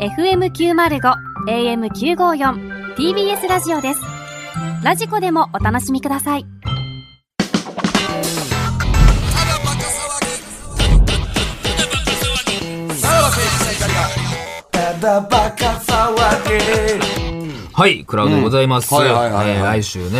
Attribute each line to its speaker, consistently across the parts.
Speaker 1: FM905 AM954 TBS ラジオですラジコでもお楽しみください
Speaker 2: はい、クラウドでございます。
Speaker 3: うんは
Speaker 2: え
Speaker 3: いはいはいはい
Speaker 2: ー来週ね、で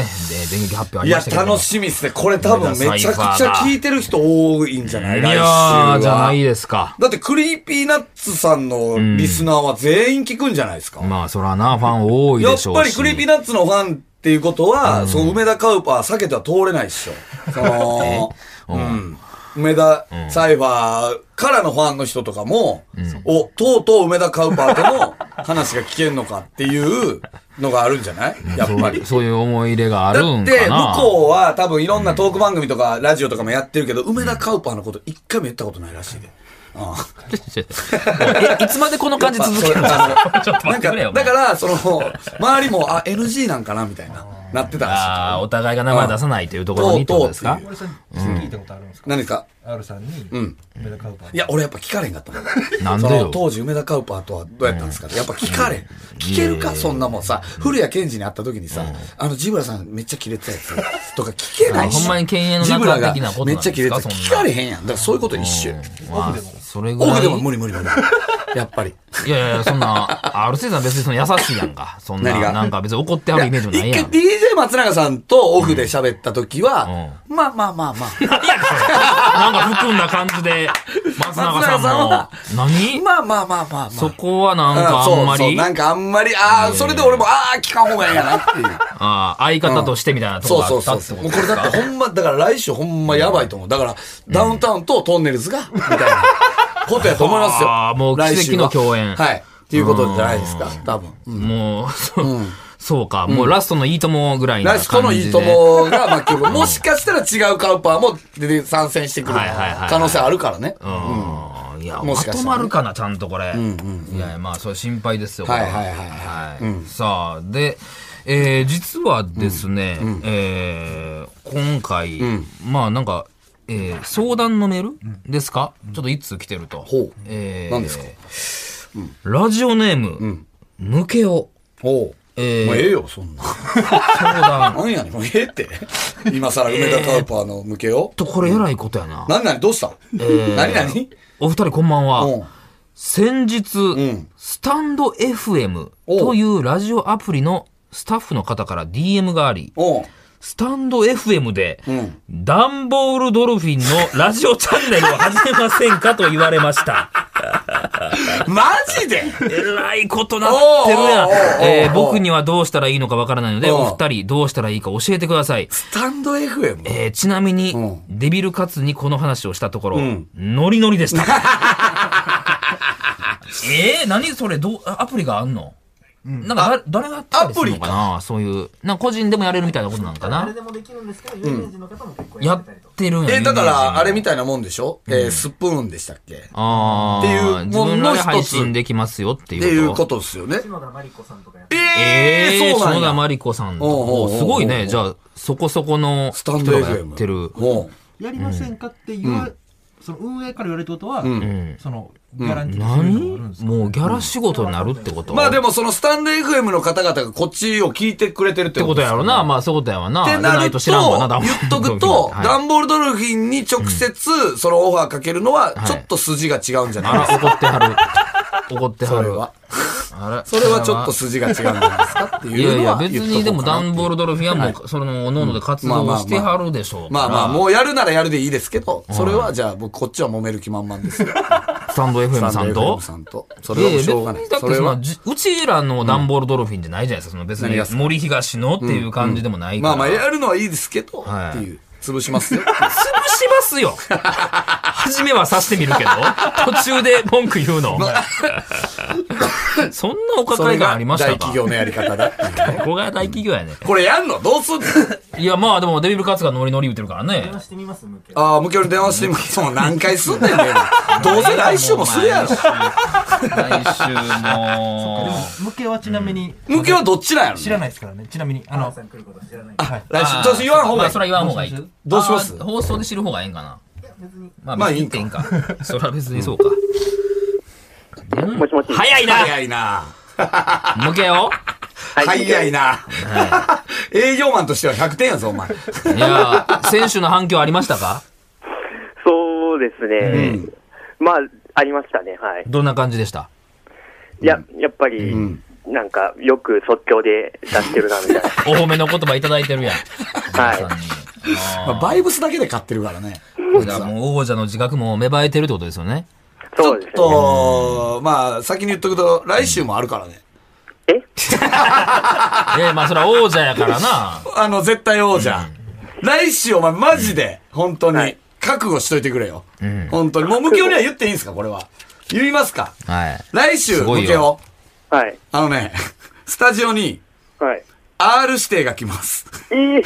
Speaker 2: 電撃発表あ
Speaker 3: い
Speaker 2: りま
Speaker 3: や、
Speaker 2: したけども。
Speaker 3: 楽しみですね。これ多分めちゃくちゃ聞いてる人多いんじゃない
Speaker 2: い
Speaker 3: 来週
Speaker 2: や
Speaker 3: は
Speaker 2: ー、じゃないですか。
Speaker 3: だって、クリーピーナッツさんのリスナーは全員聞くんじゃないですか。
Speaker 2: まあ、そらな、ファン多い
Speaker 3: や
Speaker 2: で
Speaker 3: っ
Speaker 2: しょうし。
Speaker 3: ぱりクリーピーナッツのファンっていうことは、その梅田カウパー避けては通れないっしょ。その、うん。梅田サイファーからのファンの人とかも、お、とうとう梅田カウパーとの話が聞けんのかっていうのがあるんじゃないやっぱり
Speaker 2: そう。そういう思い入れがある
Speaker 3: だっ
Speaker 2: ん
Speaker 3: て、
Speaker 2: かな。
Speaker 3: 向こうは多分いろんなトーク番組とか、ラジオとかもやってるけど、梅田カウパーのこと一回も言ったことないらしいで。ああ
Speaker 4: えいつまでこの感じ続けるの
Speaker 3: ちょっ
Speaker 2: と 待ってくれよお
Speaker 3: だ
Speaker 2: 前
Speaker 3: から、その、周りも、あ、NG なんかなみたいな、なってたらし
Speaker 2: あーお互いが名前出さないというところにってことですか
Speaker 3: と
Speaker 5: 俺さん、聞いたことあるんです
Speaker 3: い。
Speaker 5: か
Speaker 3: 何ですか
Speaker 5: ?R さんに、
Speaker 3: ん
Speaker 5: メダカウパー。
Speaker 3: いや、俺やっぱ聞かれへんかったもん。
Speaker 2: なん
Speaker 3: そ
Speaker 2: でよ
Speaker 3: の。当時、梅田カウパーとはどうやったんですかってやっぱ聞かれん。聞けるか、そんなもんさ。古谷健二に会った時にさ、あの、ジブラさんめっちゃキレてたやつとか聞けないし。
Speaker 2: あほんまに犬猿の
Speaker 3: ジブラが
Speaker 2: 仲的なこと
Speaker 3: め
Speaker 2: なん
Speaker 3: っちゃ
Speaker 2: ですか
Speaker 3: キレてた。
Speaker 2: そんな
Speaker 3: 聞かれへんやん。だからそういうこと一緒。
Speaker 2: まあ、それぐ
Speaker 3: オ
Speaker 2: ら
Speaker 3: フ
Speaker 2: い。
Speaker 3: でも無理無理無理。 やっぱり。
Speaker 2: いやいや、そんな、RC さん別にその優しいやんか。そんな、
Speaker 3: 何が
Speaker 2: なんか別に怒ってはるイメージもないやん。
Speaker 3: 一回 DJ 松永さんとオフで喋った時は、まあまあまあまあ。
Speaker 2: なんか含んだ感じで、松永さんの、何、
Speaker 3: まあまあまあまあまあ。
Speaker 2: そこはなんか
Speaker 3: う
Speaker 2: あんま
Speaker 3: そうそう
Speaker 2: り、
Speaker 3: なんかあんまり、ああ、それで俺も、ああ、聞かんほうがいいやなって いう。
Speaker 2: あー相方としてみたいなとこ
Speaker 3: そう
Speaker 2: があ
Speaker 3: そう
Speaker 2: った
Speaker 3: そ
Speaker 2: っ
Speaker 3: う
Speaker 2: て
Speaker 3: そう。もうこ
Speaker 2: ことで
Speaker 3: れ
Speaker 2: す
Speaker 3: だ
Speaker 2: か
Speaker 3: ってほんま、だから来週ほんまやばいと思う。だから、ダウンタウンとトンネルズが、みたいなことやと思いますよ。
Speaker 2: ああもう
Speaker 3: 来週は
Speaker 2: 奇跡の共演
Speaker 3: はい。っていうことじゃないですか、多分。うん
Speaker 2: もう、そうそうか、もうラストのいいともぐらいな
Speaker 3: ラス
Speaker 2: 感じで。
Speaker 3: トのいいともが、まあ、結構もしかしたら違うカウパーも出て参戦してくる
Speaker 2: はいはいはいはい
Speaker 3: 可能性あるからね。
Speaker 2: うんいや、
Speaker 3: も
Speaker 2: ま
Speaker 3: しかしたら
Speaker 2: とまるかな、ちゃんとこれ。いや、まあ、それ心配ですよ、これ
Speaker 3: はいはいはいはい
Speaker 2: はいさあ、で、えー実はですね、えー今回、まあ、なんか、えー相談のメールですか、ちょっと一通来てると。
Speaker 3: ほう
Speaker 2: えー
Speaker 3: 何ですか
Speaker 2: ラジオネーム、抜けを。
Speaker 3: おう。
Speaker 2: えー
Speaker 3: もうええよ、そんな。
Speaker 2: 相談。
Speaker 3: なんやねん、もうええって。今更梅田カウパーの向けを。
Speaker 2: と、これ偉いことやな。
Speaker 3: 何々どうした何々
Speaker 2: お二人こんばんは。
Speaker 3: うん
Speaker 2: 先日、
Speaker 3: ん
Speaker 2: スタンド FM
Speaker 3: おう
Speaker 2: というラジオアプリのスタッフの方から DM があり、
Speaker 3: おう
Speaker 2: スタンド FM で、
Speaker 3: ん
Speaker 2: ダンボールドルフィンのラジオチャンネルを始めませんかと言われ ました。
Speaker 3: マジで
Speaker 2: えらいことなってるやん
Speaker 3: おうおうおうおう。
Speaker 2: えー僕にはどうしたらいいのかわからないので、
Speaker 3: うん
Speaker 2: お二人どうしたらいいか教えてください。
Speaker 3: スタンド FM?
Speaker 2: えーちなみに、
Speaker 3: う
Speaker 2: デビルカツにこの話をしたところ、
Speaker 3: ん
Speaker 2: ノリノリで した。えー、何それどう、あアプリがあんの、なんかだ、誰がやったりするのかなそういう、なんか個人でもやれるみたいなことなんかな
Speaker 5: 誰でもできるんですけど、有名人の方も結構や
Speaker 2: や
Speaker 5: っ
Speaker 2: って
Speaker 5: たりとか。
Speaker 2: てるんや
Speaker 3: え、だか
Speaker 2: 有名人
Speaker 3: ら、あれみたいなもんでしょえー、スプーンでしたっけっ
Speaker 2: あ
Speaker 3: っていう
Speaker 2: ー自分
Speaker 3: も
Speaker 2: ら
Speaker 3: う
Speaker 2: で
Speaker 3: 一つ
Speaker 2: 配信できますよっていう
Speaker 3: て
Speaker 2: こと。
Speaker 3: いうことですよね。
Speaker 5: 篠田真理子さんとかやって
Speaker 3: え
Speaker 2: え
Speaker 3: ー
Speaker 2: えー、
Speaker 3: そうな
Speaker 2: 篠
Speaker 3: んや
Speaker 2: 田真理子さんと
Speaker 3: おうおうおうおう
Speaker 2: おすごいね。じゃあ、そこそこの
Speaker 3: ス
Speaker 2: 人
Speaker 3: タンド
Speaker 2: がや
Speaker 3: FM。
Speaker 2: ってる。
Speaker 3: おう
Speaker 5: やりませんかって言わ、その運営から言われたことは、その、ギャランティーというのがあるん
Speaker 2: 何
Speaker 5: ですか
Speaker 2: もうギャラ仕事になるってこと
Speaker 3: まあでもそのスタンド FM の方々がこっちを聞いてくれてるっ
Speaker 2: ってて
Speaker 3: こ
Speaker 2: ことと
Speaker 3: です
Speaker 2: や
Speaker 3: よ
Speaker 2: ろな。まあ、そういうことやわな。
Speaker 3: って
Speaker 2: じゃ
Speaker 3: な
Speaker 2: ない
Speaker 3: る
Speaker 2: と
Speaker 3: と、
Speaker 2: 知らんわな、ダンボ
Speaker 3: 言っとくと、
Speaker 2: はい
Speaker 3: ダンボールドルフィンに直接、そのオファーかけるのは、ちょっと筋が違うんじゃない
Speaker 2: あら、怒っては る。怒っては
Speaker 3: それ
Speaker 2: る。
Speaker 3: は。
Speaker 2: あら
Speaker 3: それはちょっと筋が違うんじゃないですかって
Speaker 2: い
Speaker 3: い
Speaker 2: や
Speaker 3: う
Speaker 2: い
Speaker 3: の
Speaker 2: や、
Speaker 3: は。
Speaker 2: 別にでもダンボール
Speaker 3: ル。
Speaker 2: ドルフィンはもう、その、おのおので活動してはるでしょう
Speaker 3: ま
Speaker 2: か
Speaker 3: あまあ、
Speaker 2: ら。
Speaker 3: もうやるならやるでいいですけど、それはじゃあ僕こっちは揉める気満々ですよ。
Speaker 2: スタンド FM さんと
Speaker 3: FM。さんと。それはもういしょうがない
Speaker 2: 別に。だって
Speaker 3: それ
Speaker 2: その
Speaker 3: は。
Speaker 2: じうちらのダンボールドルフィンじゃないじゃないですか。その別
Speaker 3: 何
Speaker 2: に
Speaker 3: がですか
Speaker 2: 森東のっていう感じでもないか
Speaker 3: ま
Speaker 2: ら。
Speaker 3: あまあ、やるのはいいですけど、
Speaker 2: はい
Speaker 3: っていう。潰します よ。
Speaker 2: 潰しま すよ初めは刺してみるけど、途中で文句言うの。そんなお
Speaker 3: そ
Speaker 2: 抱
Speaker 3: れ
Speaker 2: えがあ
Speaker 3: が
Speaker 2: り
Speaker 3: 大
Speaker 2: ました
Speaker 3: 企
Speaker 2: か
Speaker 3: 業のやり方だっていうね。
Speaker 2: ここが大企業やね。
Speaker 3: これやんのどうすんの
Speaker 2: いや、まあでもデビルカツがノリノリ言ってるからね
Speaker 5: 電。話してみます向け。
Speaker 3: ああ、向こうに電話してみてもう何回すんねん ね。どうせ来週もするやろ。
Speaker 2: 来週
Speaker 5: でも
Speaker 2: も。、
Speaker 5: 向けはちなみに、
Speaker 3: 向けはどっちなんやろ
Speaker 5: 知らないですからね。ちなみに、あの、
Speaker 3: 来週、ちょっと言わん方がいい
Speaker 2: そ。れは言わん方がいい。
Speaker 3: どうします
Speaker 2: あー放送で知る方がええんかな。まあ
Speaker 3: まあ
Speaker 2: 別に言っていいんか。それは別にそうか。
Speaker 6: もしもし。
Speaker 2: 早いな
Speaker 3: 早いな。
Speaker 2: 向けよ
Speaker 3: 早いな。営業マンとしては100点やぞ、お 前。
Speaker 2: いやー、選手の反響ありましたか
Speaker 6: そうですね。まあ、ありましたね、はい。
Speaker 2: どんな感じでした
Speaker 6: いや、やっぱり、なんか、よく即興で出してるな、 みたいな。
Speaker 2: お褒めの言葉いただいてるやん。
Speaker 6: はい。
Speaker 3: まあバイブスだけで買ってるからね。
Speaker 2: だからもう王者の自覚も芽生えてるってことですよね。
Speaker 3: ち
Speaker 6: そ
Speaker 3: ょ
Speaker 6: う
Speaker 3: っ
Speaker 6: ですね。
Speaker 3: と、まあ、先に言っとくと、来週もあるからね。
Speaker 6: え
Speaker 2: ええ、まあそれは王者やからな。
Speaker 3: あの、絶対王者。来週、お前、マジで、本当に、覚悟しといてくれよ。本当に。もう、無教には言っていいんですか、これは。言いますか。
Speaker 2: はい。
Speaker 3: 来週、
Speaker 2: すご
Speaker 3: 無
Speaker 2: いよ
Speaker 3: 教。
Speaker 6: はい。
Speaker 3: あのね、 スタジオに、
Speaker 6: はい。
Speaker 3: R 指定が来ます。
Speaker 6: いい。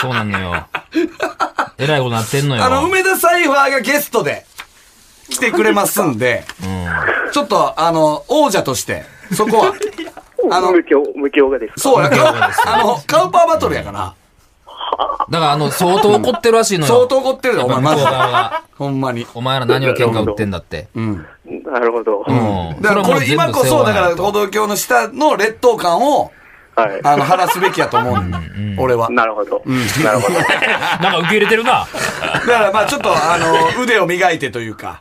Speaker 2: そうなのよ。 えらいことなってんのよ。
Speaker 3: あの、梅田サイファーがゲストで来てくれますん で、ちょっと、あの、王者として、そこ は、 あの
Speaker 6: 無教、無教がですか
Speaker 3: そうや、
Speaker 2: そうです
Speaker 3: あの、カウパーバトルやから、
Speaker 2: だからあの、相当怒ってるらしいのよ。
Speaker 3: 相当怒ってるよ、お前、
Speaker 2: 向
Speaker 3: マ
Speaker 2: こう
Speaker 3: ジで。
Speaker 2: 側が。
Speaker 3: ほんまに。
Speaker 2: お前ら何を喧嘩売ってんだって。
Speaker 6: なるほど。
Speaker 2: うん
Speaker 3: だからこれ
Speaker 2: それは
Speaker 3: 今
Speaker 2: もう全部
Speaker 3: こ
Speaker 2: 背負
Speaker 3: そ、
Speaker 2: わな
Speaker 3: だ
Speaker 2: い
Speaker 3: から、歩道橋の下の劣等感を、
Speaker 6: はい。
Speaker 3: あの、晴らすべきやと思うん、俺は。
Speaker 6: なるほど。なる ほど。
Speaker 2: なんか受け入れてるな。
Speaker 3: だから、まあちょっと、あの、腕を磨いてというか、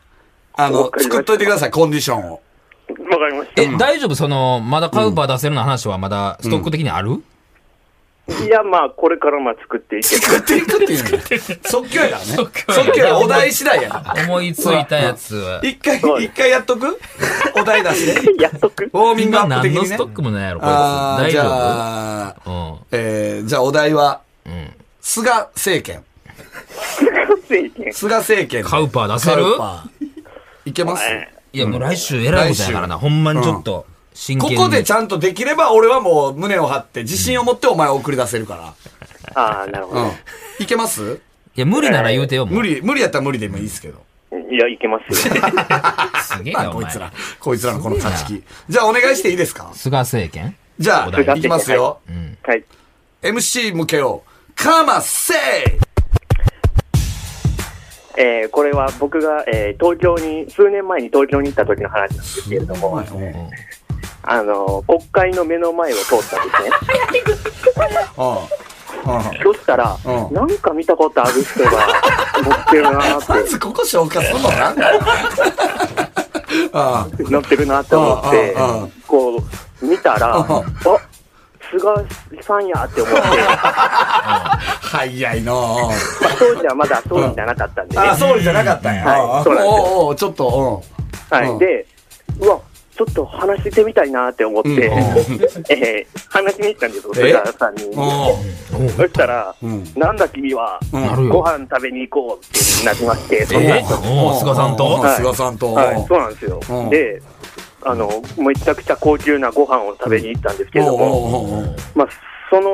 Speaker 3: あの
Speaker 6: わ、かりました
Speaker 3: 作っといてください、コンディションを。
Speaker 6: わかりま
Speaker 2: え
Speaker 6: し、
Speaker 2: 大丈夫その、まだカウパー出せるの話はまだストック的にある、
Speaker 6: た。いや、まあ、これからまあ作っていけ
Speaker 3: 作っていくっていうね。即興やからね。即興や、お題次第やから。
Speaker 2: 思いついたやつ。
Speaker 3: 一回
Speaker 6: そ、うで
Speaker 3: 一
Speaker 6: す
Speaker 3: 回やっとくお題出して。
Speaker 6: ば。やっとく
Speaker 3: ウォーミングアッ
Speaker 2: 今
Speaker 3: プ
Speaker 2: 何
Speaker 3: 的
Speaker 2: の
Speaker 3: に
Speaker 2: ス
Speaker 3: ね
Speaker 2: ト。ックもないやろ、こいつ。
Speaker 3: あー
Speaker 2: 大
Speaker 3: じ
Speaker 2: 丈
Speaker 3: ゃあ、
Speaker 2: 夫
Speaker 3: えー、じゃあお題は、
Speaker 2: うん。うん。
Speaker 3: 菅政権。
Speaker 6: 政権。
Speaker 3: 菅政権で。
Speaker 2: カウパー出せる
Speaker 3: カウパーいけます
Speaker 2: いや、もう来週えらいことやからな。ほんまにちょっと、真剣
Speaker 3: こ
Speaker 2: に。
Speaker 3: こでちゃんとできれば俺はもう胸を張って自信を持ってお前を送り出せるか
Speaker 6: ああ、なるほ
Speaker 3: ら。うん
Speaker 6: ど。。
Speaker 3: いけます
Speaker 2: いや、無理なら言うてよ、もう。
Speaker 3: 無理、無理やったら無理でもいいですけど。
Speaker 6: いや、いけま すよ。
Speaker 2: すげえ
Speaker 3: まあ
Speaker 2: な、お
Speaker 3: こい
Speaker 2: 前
Speaker 3: つ。ら、こいつらのこの勝ち気。じゃあお願いしていいですか
Speaker 2: 菅政権
Speaker 3: じゃ
Speaker 2: お題
Speaker 3: あ、いきますよ。
Speaker 6: はい。
Speaker 3: MC 向けよう。カマセイ
Speaker 6: えー、これは僕が、えー、東京に、数年前に東京に行った時の話なんですけれども、あのー、国会の目の前を通った んですね。
Speaker 3: うんうん
Speaker 6: そしたら、
Speaker 3: うん
Speaker 6: なんか見たことある人が乗ってるな ー
Speaker 3: まずここ消化すんのなんだよあ
Speaker 6: って、乗ってるなって思って
Speaker 3: うんうんうん、
Speaker 6: こう、見たら、
Speaker 3: うん
Speaker 6: あ、菅さんやっ て思って、
Speaker 3: あ、早いの
Speaker 6: 当時はまだ総理じゃなかったんでね、
Speaker 3: あ、総理じゃなかったんや。
Speaker 6: はい
Speaker 3: ああ
Speaker 6: そうなんですよ
Speaker 3: おうおうちょっと、
Speaker 6: は
Speaker 3: うん
Speaker 6: い、で、うわ、ちょっと話してみたいなって思って、
Speaker 3: うん
Speaker 6: えー話しに行ったんですよ、菅さんに。
Speaker 3: うん。おう
Speaker 6: そしたら、
Speaker 3: うん
Speaker 6: なんだ君は、
Speaker 3: んな
Speaker 2: るよ
Speaker 6: ご飯食べに行こうってなりまして、その
Speaker 2: え
Speaker 3: お
Speaker 2: お
Speaker 3: う
Speaker 2: う菅さん
Speaker 3: おう
Speaker 2: と
Speaker 6: はい
Speaker 3: 菅さんと。
Speaker 6: はい、そうなんですよ。
Speaker 3: うん
Speaker 6: で、あの、めちゃくちゃ高級なご飯を食べに行ったんですけ
Speaker 3: お
Speaker 6: ど
Speaker 3: う
Speaker 6: も、
Speaker 3: おうおうおう
Speaker 6: まあ、その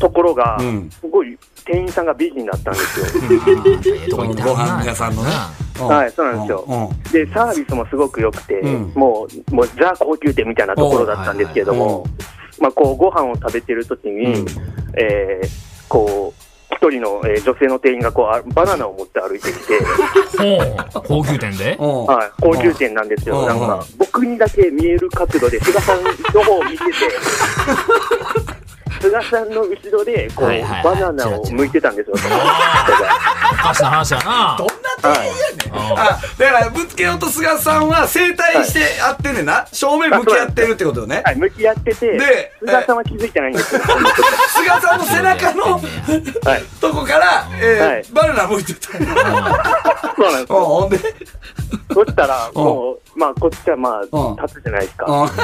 Speaker 6: ところが
Speaker 3: うん、
Speaker 6: すごい店員さんが美人だったんですよ。
Speaker 2: ええとこ行ったな
Speaker 3: ご飯屋さんのねうん
Speaker 6: はい、そうなんですよ。で、サービスもすごく良くて、
Speaker 3: うん
Speaker 6: もう、もうザ高級店みたいなところだったんですけれど
Speaker 3: おうはい
Speaker 6: も、まあ、こう、ご飯を食べてる時に、
Speaker 3: うん
Speaker 6: えーこう、一人の、えー女性の店員がこうあバナナを持って歩いてきて、
Speaker 2: ほう高級店で
Speaker 3: おう
Speaker 6: はい、高級店なんです
Speaker 3: う
Speaker 6: よ。
Speaker 3: ん
Speaker 6: なんか、僕にだけ見える角度で、菅さんの方を見てて、菅さんの後ろで、こう、
Speaker 2: はいはいはい
Speaker 6: バナナを剥いてたんですよ。
Speaker 2: おかしな話やな
Speaker 3: どんな店員やねん。あ、だから、ぶつけようと菅さんは正対して会ってんねんな。正面向き合ってるってことよね。
Speaker 6: はい、向き合ってて
Speaker 3: で、
Speaker 6: 菅さんは気づいてないんですよ。
Speaker 3: 菅さんの背中の
Speaker 6: はい、
Speaker 3: とこから、
Speaker 6: は
Speaker 3: え
Speaker 6: い
Speaker 3: ー、バナナ向いてた。
Speaker 6: そうなんです
Speaker 3: うんほんで、
Speaker 6: そしたら、もう、まあ、こっちはま
Speaker 3: うん
Speaker 6: あ、立つじゃないですか。
Speaker 3: う
Speaker 6: そし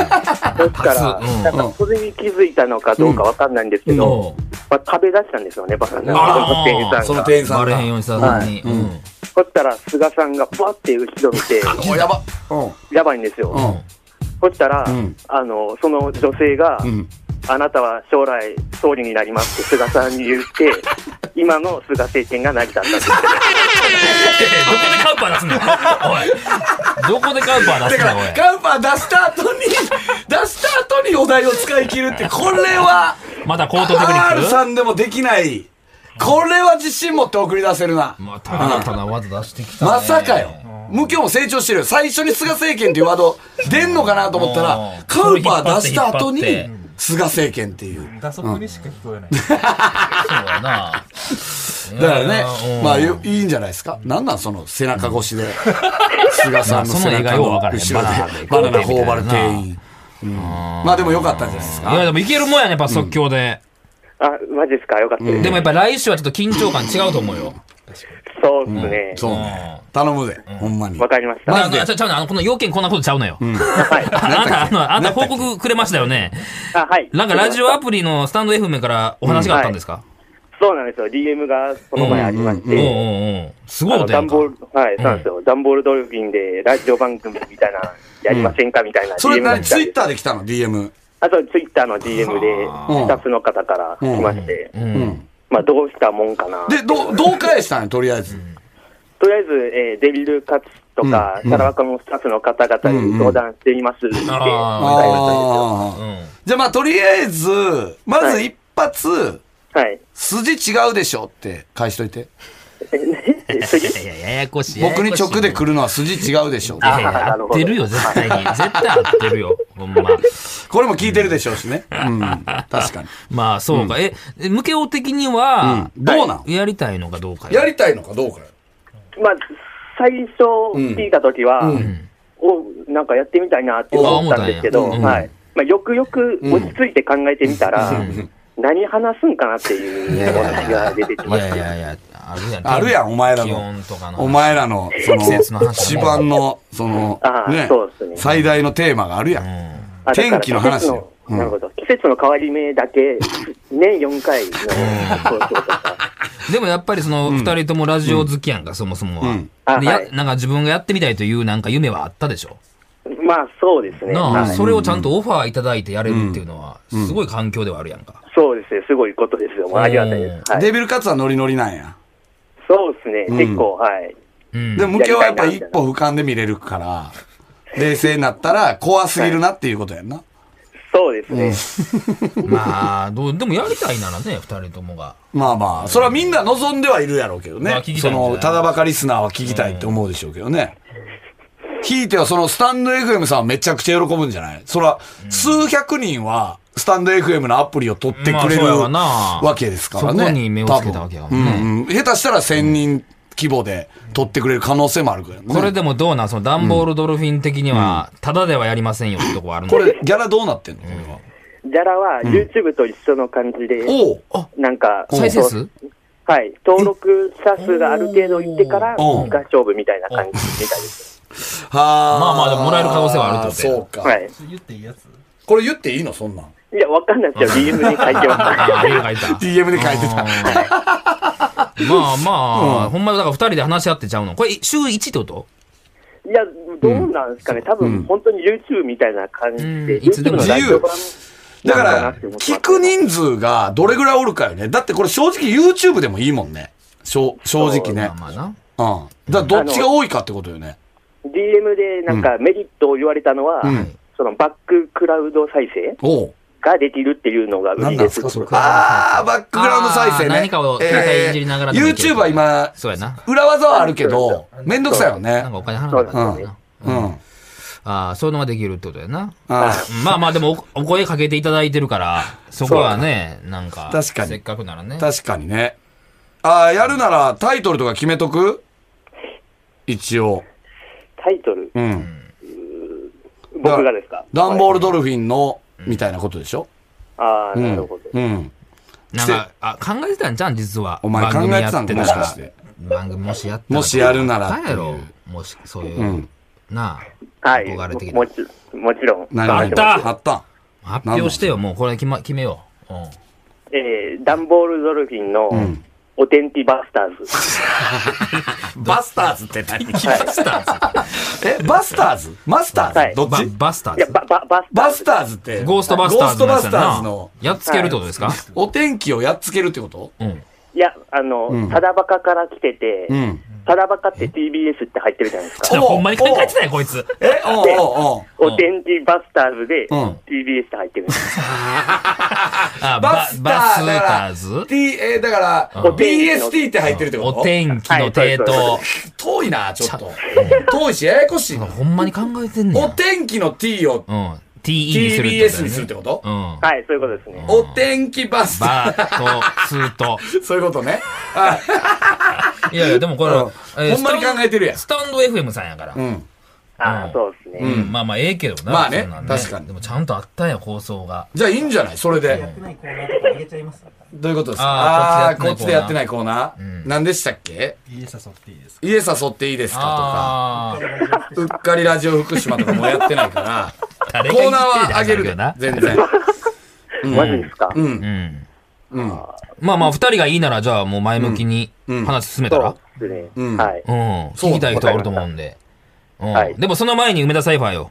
Speaker 6: たら、
Speaker 2: 立つうん
Speaker 6: なんか、それに気づいたのかどうかわかんないんですけど、
Speaker 2: おう
Speaker 6: まあ、食べ出したんですよね、バナナ
Speaker 2: あー
Speaker 6: を。その店員さん
Speaker 3: んその
Speaker 6: が。
Speaker 3: 店員さ
Speaker 2: バ
Speaker 3: ん
Speaker 2: レ
Speaker 3: が
Speaker 2: へん。ようにしたのにうん
Speaker 6: そしたら、菅さんがバッて後ろ 見て、
Speaker 3: おやば。うん。
Speaker 6: やばいんですよ。
Speaker 3: うん。
Speaker 6: そしたら、
Speaker 3: うん
Speaker 6: あの、その女性が、
Speaker 3: うん。
Speaker 6: あなたは将来総理になりますって菅さんに言って、今の菅政権が成り立ったんです。
Speaker 2: えどこでカウパー出すんだおいどこでカウパー出
Speaker 3: だ
Speaker 2: すん
Speaker 3: か
Speaker 2: だお
Speaker 3: ら、カンパ出した 後に、出した後にお題を使い切るって、これは、
Speaker 2: いまた高等テクニ
Speaker 3: R
Speaker 2: ック
Speaker 3: さんでもできない。これは自信持って送り出せるな。
Speaker 2: また新たな技出してきたね
Speaker 3: まさかよ。向きも成長してるよ。最初に菅政権っていうワード出んのかなと思った
Speaker 2: うん
Speaker 3: ら、カウパー出した後に
Speaker 2: それ引っ張って引っ、
Speaker 3: 菅政権っていう。
Speaker 5: 打足にしか聞こえない。
Speaker 2: そうやな。
Speaker 3: だからね
Speaker 2: う、ん
Speaker 3: まあよいいんじゃないですか。なんなんその背中越 しで。菅さんの背中の後ろで
Speaker 2: その映画よう分からへん、
Speaker 3: バナナ
Speaker 2: バナナ
Speaker 3: 頬張る店員。うんまあでもよかったんじゃないです
Speaker 2: いや、
Speaker 3: か。
Speaker 2: でもいけるもんやね、やっぱ即興で。
Speaker 6: あ、マジですかよかったです。
Speaker 2: でもやっぱ来週はちょっと緊張感違うと思うよ。
Speaker 6: そうですね。
Speaker 3: そうね。頼むで、ほんまに
Speaker 6: わ。かりました。
Speaker 3: マ
Speaker 2: あ
Speaker 3: ジで
Speaker 2: の、ちゃうね、あの、この要件こんなことちゃうのよ。
Speaker 6: はい。
Speaker 2: あなた、あの、あなた報告くれましたよね。
Speaker 6: あ、はい。
Speaker 2: なんかラジオアプリのスタンド FM からお話があったんですか
Speaker 6: そうなんですよ。DM がその前ありまし
Speaker 2: うんうん
Speaker 6: て、
Speaker 2: うん。すご
Speaker 6: あ
Speaker 2: いこ
Speaker 6: の、
Speaker 2: とや
Speaker 6: ダン
Speaker 2: んか
Speaker 6: ボー。ル、はい、そうなんですよ。ダンボールドルフィンでラジオ番組みたいな、やりませんかみたいな
Speaker 3: そ
Speaker 6: DM
Speaker 3: れ
Speaker 6: が
Speaker 3: 何
Speaker 6: 来た
Speaker 3: ツ
Speaker 6: ん
Speaker 3: イッ
Speaker 6: で。
Speaker 3: ターで来たの ?DM。
Speaker 6: あと、ツイッターの DM で、スタッフの方から来まして、
Speaker 3: うん。
Speaker 6: まあ、どうしたもんかな。
Speaker 3: で、どう、どう返したのとりあえず。
Speaker 6: とりあえず、えーデビルカツとか、
Speaker 3: うん
Speaker 6: タラワカのスタッフの方々に相談していますって、
Speaker 2: あ
Speaker 3: あ
Speaker 2: う
Speaker 3: あ。
Speaker 2: ん。
Speaker 3: じゃあまあとりあえず、まず一発、
Speaker 6: はい。
Speaker 3: 筋違うでしょって返しといて。
Speaker 6: 次
Speaker 2: いや、ややこしい。
Speaker 3: 僕に
Speaker 2: ややこしい
Speaker 3: 直で来るのは筋違うでしょ。
Speaker 2: いやい
Speaker 6: あ
Speaker 2: や
Speaker 6: な
Speaker 2: 合
Speaker 6: る
Speaker 2: っ
Speaker 6: ほど
Speaker 2: てるよ、絶対 に。絶対合ってるよ。ほんま。
Speaker 3: これも聞いてるでしょうしね。うん。確かに。
Speaker 2: まあ、そうか。え、向けお的には、
Speaker 3: うんどうなん
Speaker 2: やりたいのかどうかよ
Speaker 3: やりたいのかどうかよ。
Speaker 6: まあ、最初聞いたときは、お、なんかやってみたいなって思ったんですけど、
Speaker 3: お
Speaker 2: 思ったんや
Speaker 6: はい。まあ、よくよく落ち着いて考えてみたら、何話すんかなっていうお話が出てき
Speaker 2: い
Speaker 6: ま
Speaker 2: や
Speaker 6: し
Speaker 2: い
Speaker 6: て、
Speaker 2: やいや、あるやん。
Speaker 3: あるやん、お前ら
Speaker 2: 気
Speaker 3: の。
Speaker 2: 温とかの話。
Speaker 3: お前らの、そ
Speaker 2: 季節の
Speaker 3: の、
Speaker 2: 話
Speaker 3: 一番の、その
Speaker 6: あ、ー
Speaker 3: ね
Speaker 6: そうっすね、
Speaker 3: 最大のテーマがあるやん。
Speaker 6: あだから
Speaker 3: 天気の話
Speaker 6: 季節
Speaker 3: ようん
Speaker 6: なるほど。季節の変わり目だけ、年4回の放送とか。
Speaker 2: でもやっぱりその、二人ともラジオ好きやんか、そもそも
Speaker 3: う
Speaker 2: は
Speaker 3: ん。
Speaker 2: で
Speaker 6: あは
Speaker 2: や、
Speaker 6: い
Speaker 2: なんか自分がやってみたいというなんか夢はあったでしょ。
Speaker 6: まあ、そうですね。
Speaker 2: なあ、
Speaker 6: はい
Speaker 2: それをちゃんとオファーいただいてやれるっていうのは、すごい環境ではあるやんか。
Speaker 6: そうですね、すごいことですよ。もうありがたいです。はい、
Speaker 3: デビルカツはノリノリなんや。
Speaker 6: そうですね、
Speaker 3: うん
Speaker 6: 結構、はい。
Speaker 2: うん。
Speaker 3: で、向けはやっぱ一歩俯瞰で見れるから、冷静になったら怖すぎるなっていうことやんな。
Speaker 6: そうですね。
Speaker 2: まあ、どう、でもやりたいならね、二人ともが。
Speaker 3: まあまあ、それはみんな望んではいるやろうけど
Speaker 2: まあ
Speaker 3: ね
Speaker 2: 聞。きた
Speaker 3: そ
Speaker 2: いんじゃない
Speaker 3: の、ただバカリスナーは聞きたいって思うでしょうけどね。ひいてはそのスタンド FM さんはめちゃくちゃ喜ぶんじゃないそら、数百人はスタンド FM のアプリを取って
Speaker 2: ま
Speaker 3: く
Speaker 2: あ
Speaker 3: れ
Speaker 2: そ
Speaker 3: る
Speaker 2: うやわな
Speaker 3: わけですからね。
Speaker 2: そこに目をつけたわけやも
Speaker 3: うん
Speaker 2: ね
Speaker 3: んうん。下手したら1000人規模で取ってくれる可能性もあるからね。
Speaker 2: これでもどうなんそのダンボールドルフィン的には、ただではやりませんよってとこはあるの
Speaker 3: これ、ギャラどうなってんのこれは。
Speaker 6: ジャラは YouTube と一緒の感じで、
Speaker 3: おう
Speaker 6: なんか、
Speaker 2: 再生数
Speaker 6: はい、登録者数がある程度いってから、
Speaker 3: お
Speaker 6: 合勝負みたいな感じみたいです。
Speaker 3: は
Speaker 2: まあまあでももらえる可能性はあるってことや
Speaker 3: そうか。
Speaker 6: はい。
Speaker 5: それ言っていいやつ
Speaker 3: これ言っていいのそんなん。
Speaker 6: いや、わかんないですよ。DM に書いてま
Speaker 2: あ あ、
Speaker 6: し
Speaker 2: 絵が描いた。
Speaker 3: DM で書 いてた。
Speaker 2: うんまあまあ、ほんまだから二人で話し合ってちゃうの。これ、週一ってこと
Speaker 6: た。いや、どうなんですかね。多分、本当に YouTube みたいな感じで、
Speaker 2: うんいつでも
Speaker 6: YouTube のラジオ版
Speaker 3: だか
Speaker 6: な
Speaker 3: ら
Speaker 6: んかなって思って、
Speaker 3: 聞
Speaker 6: ます
Speaker 3: く人数がどれぐらいおるかよね。だってこれ正直 YouTube でもいいもんね。しょ正直ね
Speaker 2: まあ。まあな。
Speaker 3: うん。だからどっちが多いかってことよね。
Speaker 6: DM でなんかメリットを言われたのは、
Speaker 3: ん
Speaker 6: そのバッククラウド再生
Speaker 3: おう。
Speaker 6: ができるっていうのが売
Speaker 3: 何
Speaker 6: り
Speaker 3: なん
Speaker 6: ですす。
Speaker 3: か、それ。あー、バックグラウンド再生ね。
Speaker 2: あー何かを携帯いじりながらでもいける
Speaker 3: YouTube は今、
Speaker 2: そうやな。
Speaker 3: 裏技はあるけど、めんどくさいよね
Speaker 2: なん。かお金払わなか
Speaker 3: う
Speaker 2: った
Speaker 3: ん
Speaker 2: よな。。
Speaker 3: うん。
Speaker 2: ああ、そういうのができるってことやな。
Speaker 3: あー
Speaker 2: まあまあでもお、お声かけていただいてるから、そこはね、なんか、
Speaker 3: 確かに
Speaker 2: せっかくならね。
Speaker 3: 確かにね。あー、やるならタイトルとか決めとく一応。
Speaker 6: タイトル、
Speaker 3: うん。
Speaker 6: 僕がですか
Speaker 3: ダンボールドルフィンの、みたいなことでしょ
Speaker 6: ああ、
Speaker 3: うん
Speaker 6: なるほど。
Speaker 3: うん。
Speaker 2: なんか、あ、考えてたんじゃん、実は。
Speaker 3: お前考えてたんか
Speaker 2: 番組や
Speaker 3: も
Speaker 2: っ
Speaker 3: しかして。
Speaker 2: 番組もしやったら
Speaker 3: もしやるなら
Speaker 2: なんやろもし、そういう、
Speaker 3: うん
Speaker 2: な
Speaker 6: はい。
Speaker 2: 憧れ的な
Speaker 6: ももちもちろん。
Speaker 3: 何が
Speaker 2: あった
Speaker 3: あったん
Speaker 2: あ、発表してよ、もうこれ決,、ま、決めよう。うん。
Speaker 6: えー、ダンボールドルフィンの、お天気バスター ズ。
Speaker 3: バスターズって何
Speaker 2: バスターズ
Speaker 3: え、バスターズマスターズ、
Speaker 6: はい
Speaker 3: どっ
Speaker 2: バ
Speaker 3: ち
Speaker 2: バスター
Speaker 6: いや、
Speaker 2: ズ
Speaker 6: ば、ば、バスター
Speaker 3: バスターズって。
Speaker 2: ゴーストバスターズの
Speaker 3: ゴースト
Speaker 2: やつ
Speaker 3: バ
Speaker 2: や
Speaker 3: スターズ
Speaker 2: な
Speaker 3: の。。
Speaker 2: やっつけるってことですか、
Speaker 3: お天気をやっつけるってこと
Speaker 2: うん。
Speaker 6: ズ。いや、あの、ただバカから来てて、
Speaker 3: うん。
Speaker 6: ただばかって TBS って入ってるじゃないです
Speaker 4: ち
Speaker 6: か。
Speaker 4: ょほんまに考えてたよ、こいつ。
Speaker 3: えおうおうおう
Speaker 6: お天気バスターズで
Speaker 3: うん
Speaker 6: TBS って入ってるんです。
Speaker 2: あ、
Speaker 3: バ
Speaker 2: バ
Speaker 3: ス
Speaker 2: ス
Speaker 3: タ
Speaker 2: タ
Speaker 3: ーだから
Speaker 2: ーズ
Speaker 3: T、えーだから、
Speaker 6: ん
Speaker 3: BST って入ってるってこと
Speaker 2: お天気の帝
Speaker 6: は
Speaker 2: 都。
Speaker 3: 遠いな、ちょっと。遠いし、ややこしいな。
Speaker 2: ほんまに考えてんね
Speaker 3: お
Speaker 2: ん。
Speaker 3: 天気の T を
Speaker 2: うん。TE にするってこと
Speaker 3: TBS にするって
Speaker 2: こ
Speaker 3: こと
Speaker 2: うん。
Speaker 6: はい、そういうことですね。
Speaker 3: お天気バスタ
Speaker 2: バーと、スーと。
Speaker 3: ー。そういうことね。はい
Speaker 2: やいや、でもこれ、
Speaker 3: い。ほんまに考えてるやん。
Speaker 2: スタンド FM さんやから。
Speaker 3: うん。
Speaker 6: ああ、そうですね。
Speaker 2: まあまあ、ええけどな。
Speaker 3: まあね
Speaker 2: そんなん
Speaker 3: 確かに
Speaker 2: でもちゃんとあったんや、放送が。
Speaker 3: じゃあいいんじゃないそれ
Speaker 5: やっ
Speaker 3: で。
Speaker 5: てないコーナーとかあげちゃいます
Speaker 3: どういうことですかああ
Speaker 2: あ
Speaker 3: ー、
Speaker 2: ー
Speaker 3: こっちでやってないコーナー。
Speaker 2: ん
Speaker 3: 何でしたっけ
Speaker 5: 家誘っていいですか
Speaker 3: 家誘っていいですか
Speaker 2: ああ。
Speaker 3: とか。うっかりラジオ福島とかもうやってないから。コ
Speaker 2: 誰が
Speaker 3: ーナー
Speaker 2: 言って
Speaker 3: はあげるで
Speaker 2: な。
Speaker 3: 全然。
Speaker 6: マジですか、
Speaker 3: うん
Speaker 2: う。ん。
Speaker 3: うん。
Speaker 2: まあまあ、二人がいいなら、じゃあもう前向きに
Speaker 3: うん
Speaker 2: 話進めた
Speaker 6: そ
Speaker 2: ら
Speaker 6: う。ですね。
Speaker 3: うん
Speaker 6: はい、
Speaker 2: うん。
Speaker 3: そう
Speaker 2: 聞きたい人はおると思うんで。うん
Speaker 6: はい
Speaker 2: でもその前に梅田サイファーよ。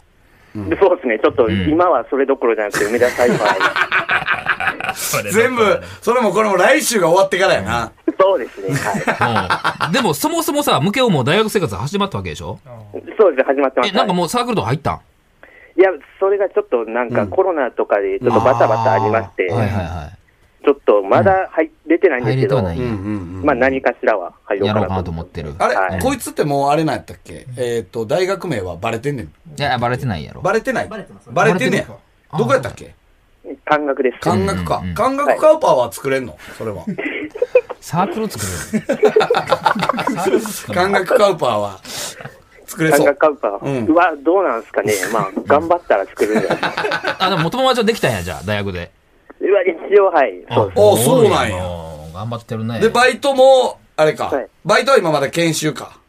Speaker 6: でそうですね。ちょっと今はそれどころじゃなくて、梅田サイファー。
Speaker 3: 全部、それもこれも来週が終わってからやな。
Speaker 6: そうですね。はい。
Speaker 2: うん。でもそもそもさ、向けをもう大学生活始まったわけでしょ
Speaker 6: そうですね。始まってま
Speaker 2: え、
Speaker 6: す。
Speaker 2: なんかもうサークルとか入ったん
Speaker 6: いや、それがちょっとなんかコロナとかでちょっとバタバタありまして、
Speaker 2: はいはいは
Speaker 6: ちょっとまだ入出てないん
Speaker 2: い。
Speaker 6: で
Speaker 2: 入れ
Speaker 6: すけ
Speaker 2: て
Speaker 6: ど、
Speaker 2: はないんや
Speaker 3: ん
Speaker 6: まあ何かしらは入ろう
Speaker 2: や
Speaker 6: かな
Speaker 2: ろうか
Speaker 6: と。
Speaker 2: なと思ってる。
Speaker 3: あれ、
Speaker 6: はい
Speaker 3: こいつってもうあれなんやったっけえっ、と、大学名はバレてんねん。
Speaker 2: いや、バレてないやろ。
Speaker 3: バレてない
Speaker 5: バレてます
Speaker 3: バレてんねん。
Speaker 5: バレて
Speaker 3: どこやったっけ
Speaker 6: 感覚です。
Speaker 3: 感覚か
Speaker 2: うんう。ん
Speaker 3: 感覚カウパーは作れんのそれは。
Speaker 2: サークル作れる。
Speaker 3: 感覚カウパーは作れ
Speaker 6: 感
Speaker 3: そ
Speaker 6: 覚
Speaker 3: う。
Speaker 6: カウパー、
Speaker 3: うん
Speaker 6: はどうなんですかね。まあ、頑張ったら作るんじゃないですか。
Speaker 2: あ、でも元々はできたんや、じゃあ、大学で。
Speaker 6: うわ一応、はい。そうです。
Speaker 3: おそうなんや
Speaker 2: うん頑張ってるね。
Speaker 3: で、バイトも、あれか
Speaker 6: はい。
Speaker 3: バイトは今まだ研修か。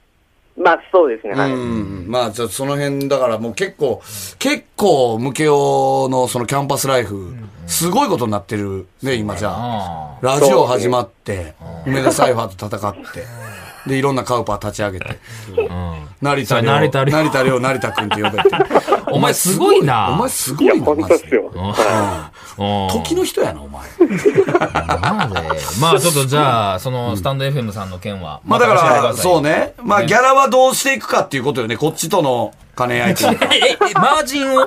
Speaker 6: まあ、そうですね。
Speaker 3: う
Speaker 6: はい。
Speaker 3: んうん。まあ、ちょっとその辺、だからもう結構、結構、ムケオのそのキャンパスライフ、すごいことになってるね、今じゃあ。
Speaker 2: あ
Speaker 3: ラジオ始まって、梅田サイファーと戦って、で、いろんなカウパー立ち上げて、
Speaker 2: あうん。
Speaker 3: 成田
Speaker 2: そ
Speaker 3: 凌、
Speaker 2: れ成田凌
Speaker 3: 成田凌、成田君って呼べて。
Speaker 2: お前すごいな
Speaker 3: お前すごいな、
Speaker 6: 本当
Speaker 3: マ
Speaker 6: で
Speaker 3: ジ
Speaker 6: す
Speaker 3: で。
Speaker 6: よ。
Speaker 2: うん
Speaker 3: 時の人やな、お前。
Speaker 2: まあね まあちょっとじゃあ、そのスタンド FM さんの件は。
Speaker 3: まあだか
Speaker 2: た教えてく
Speaker 3: ら、
Speaker 2: ださい
Speaker 3: そう。ね。まあギャラはどうしていくかっていうことよね、こっちとの兼ね合いというか。
Speaker 2: え、え、えマージンを取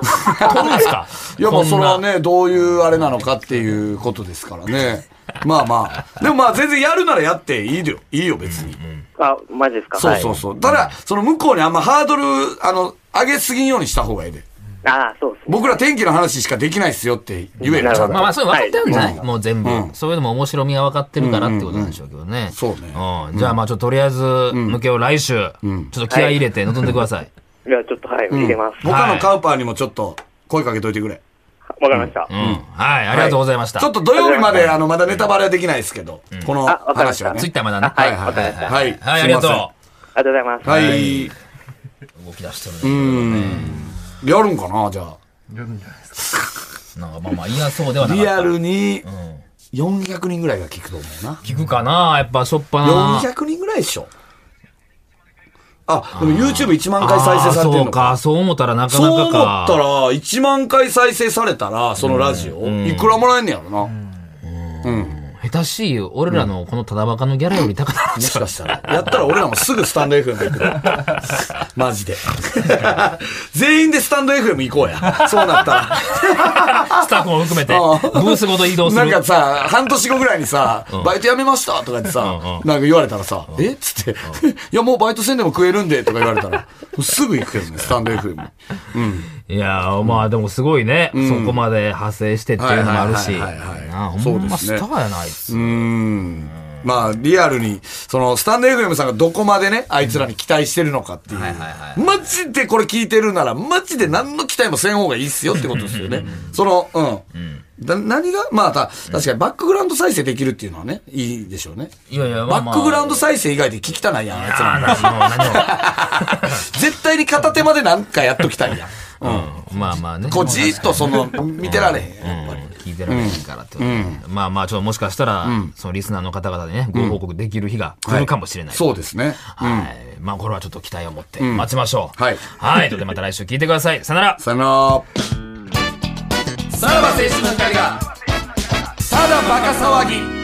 Speaker 2: るんすか
Speaker 3: いや、もうそれは
Speaker 2: んな
Speaker 3: ね、どういうあれなのかっていうことですからね。 まあまあ。でもまあ全然やるならやっていいよ。いいよ、別に。
Speaker 6: あ、マジですか。
Speaker 3: そうそうそう。ただ、その向こうにあんまハードル、あの、上げすぎんようにした方がいいで。
Speaker 6: はい。ああ、そうですね。
Speaker 3: 僕ら天気の話しかできないっすよって言える
Speaker 6: な
Speaker 3: ち
Speaker 6: る
Speaker 3: ゃ
Speaker 6: ほ
Speaker 3: ん
Speaker 6: ど
Speaker 2: まあまあ、それ分かってるんじゃない、
Speaker 3: はい
Speaker 2: もう全部、
Speaker 3: うん
Speaker 2: そういうのも面白みは分かってるからってことなんでしょうけどね。
Speaker 3: そうね
Speaker 2: んじゃあまあ、ちょっととりあえず、向けを来週、ちょっと気合い入れて臨んでください。
Speaker 6: いや、ちょっと、はい、入れます。
Speaker 3: と。
Speaker 6: わ、
Speaker 3: 他のカウパーにもちょっと声かけといてくれ。
Speaker 6: かりました。
Speaker 2: うん。はい、ありがとうございました。
Speaker 3: ちょっと土曜日まで、あの、まだネタバレはできないですけど、この
Speaker 6: あわかりま
Speaker 3: 話
Speaker 6: した
Speaker 3: はね
Speaker 2: ツイ。ッターまだね。
Speaker 6: はい
Speaker 3: はいはいはい
Speaker 2: はい。
Speaker 3: はい
Speaker 2: はい、ありがと
Speaker 3: すいま
Speaker 2: う。
Speaker 6: ありがとうございます。
Speaker 3: はい。
Speaker 2: はい
Speaker 3: や
Speaker 2: 動き出してるね。
Speaker 3: るんかな、じゃあ。
Speaker 2: なんかまあまあ、嫌そうではなかっ
Speaker 3: リ
Speaker 2: た。
Speaker 3: アルに
Speaker 2: ん
Speaker 3: 400人ぐらいが聞くと思うな。
Speaker 2: 聞くかなやっぱ、しょっぱな。
Speaker 3: 400人ぐらいでしょ。あ、でも YouTube1 万回再生されてる
Speaker 2: あーそう
Speaker 3: の
Speaker 2: か、
Speaker 3: か。
Speaker 2: そう思ったらなか
Speaker 3: そう
Speaker 2: な
Speaker 3: 思っ
Speaker 2: か
Speaker 3: た
Speaker 2: か。
Speaker 3: ら、1万回再生されたら、そのラジオ、いくらもらえんねやろな。うん。
Speaker 2: 下手しい、俺らのこのただバカのギャラより高くな
Speaker 3: も
Speaker 2: っちゃう
Speaker 3: しかしたら。やったら俺らもすぐスタンド FM 行 く。マジで。全員でスタンド FM 行こうや。そうなったら。
Speaker 2: スタッフも含めて、ブ
Speaker 3: うん
Speaker 2: ースごと移動する。
Speaker 3: なんかさ、半年後ぐらいにさ、バイト辞めましたとかってさ、なんか言われたらさ、えっつって、いやもうバイトせんでも食えるんでとか言われたら、もうすぐ行くけどね、スタンド FM。
Speaker 2: いやー、まあでもすごいね、そこまで派生してっていうのもあるし。
Speaker 3: はいはいはいはい
Speaker 2: なあ
Speaker 3: そ
Speaker 2: ほ
Speaker 3: うんで
Speaker 2: ます
Speaker 3: ね
Speaker 2: スターやな、あいつ。
Speaker 3: うん。まあ、リアルに、その、スタンド FM さんがどこまでね、あいつらに期待してるのかっていう。マジでこれ聞いてるなら、マジで何の期待もせん方がいいっすよってことですよね。その、うん。だ何が、まあ、た、確かにバックグラウンド再生できるっていうのはね、いいでしょうね。
Speaker 2: いやいや、ま
Speaker 3: バ
Speaker 2: あま
Speaker 3: ッ
Speaker 2: あ
Speaker 3: クグラウンド再生以外で聞きたないやん、あいつら
Speaker 2: あ
Speaker 3: の。
Speaker 2: ー何も何
Speaker 3: 絶対に片手までなんかやっときたいやん。
Speaker 2: もうんまあまあね。
Speaker 3: こうじーっとその、見てられへん。
Speaker 2: うん聞いてられへんからってことでまあまあ、ちょっともしかしたら、そのリスナーの方々でね、ご報告できる日が来るかもしれない。
Speaker 3: そうですね。
Speaker 2: はい。まあ、これはちょっと期待を持って待ちましょう。
Speaker 3: はい
Speaker 2: はい。ということで、また来週聞いてください。さよなら。
Speaker 3: さよなら。さらば青春の光が、ただバカ騒ぎ。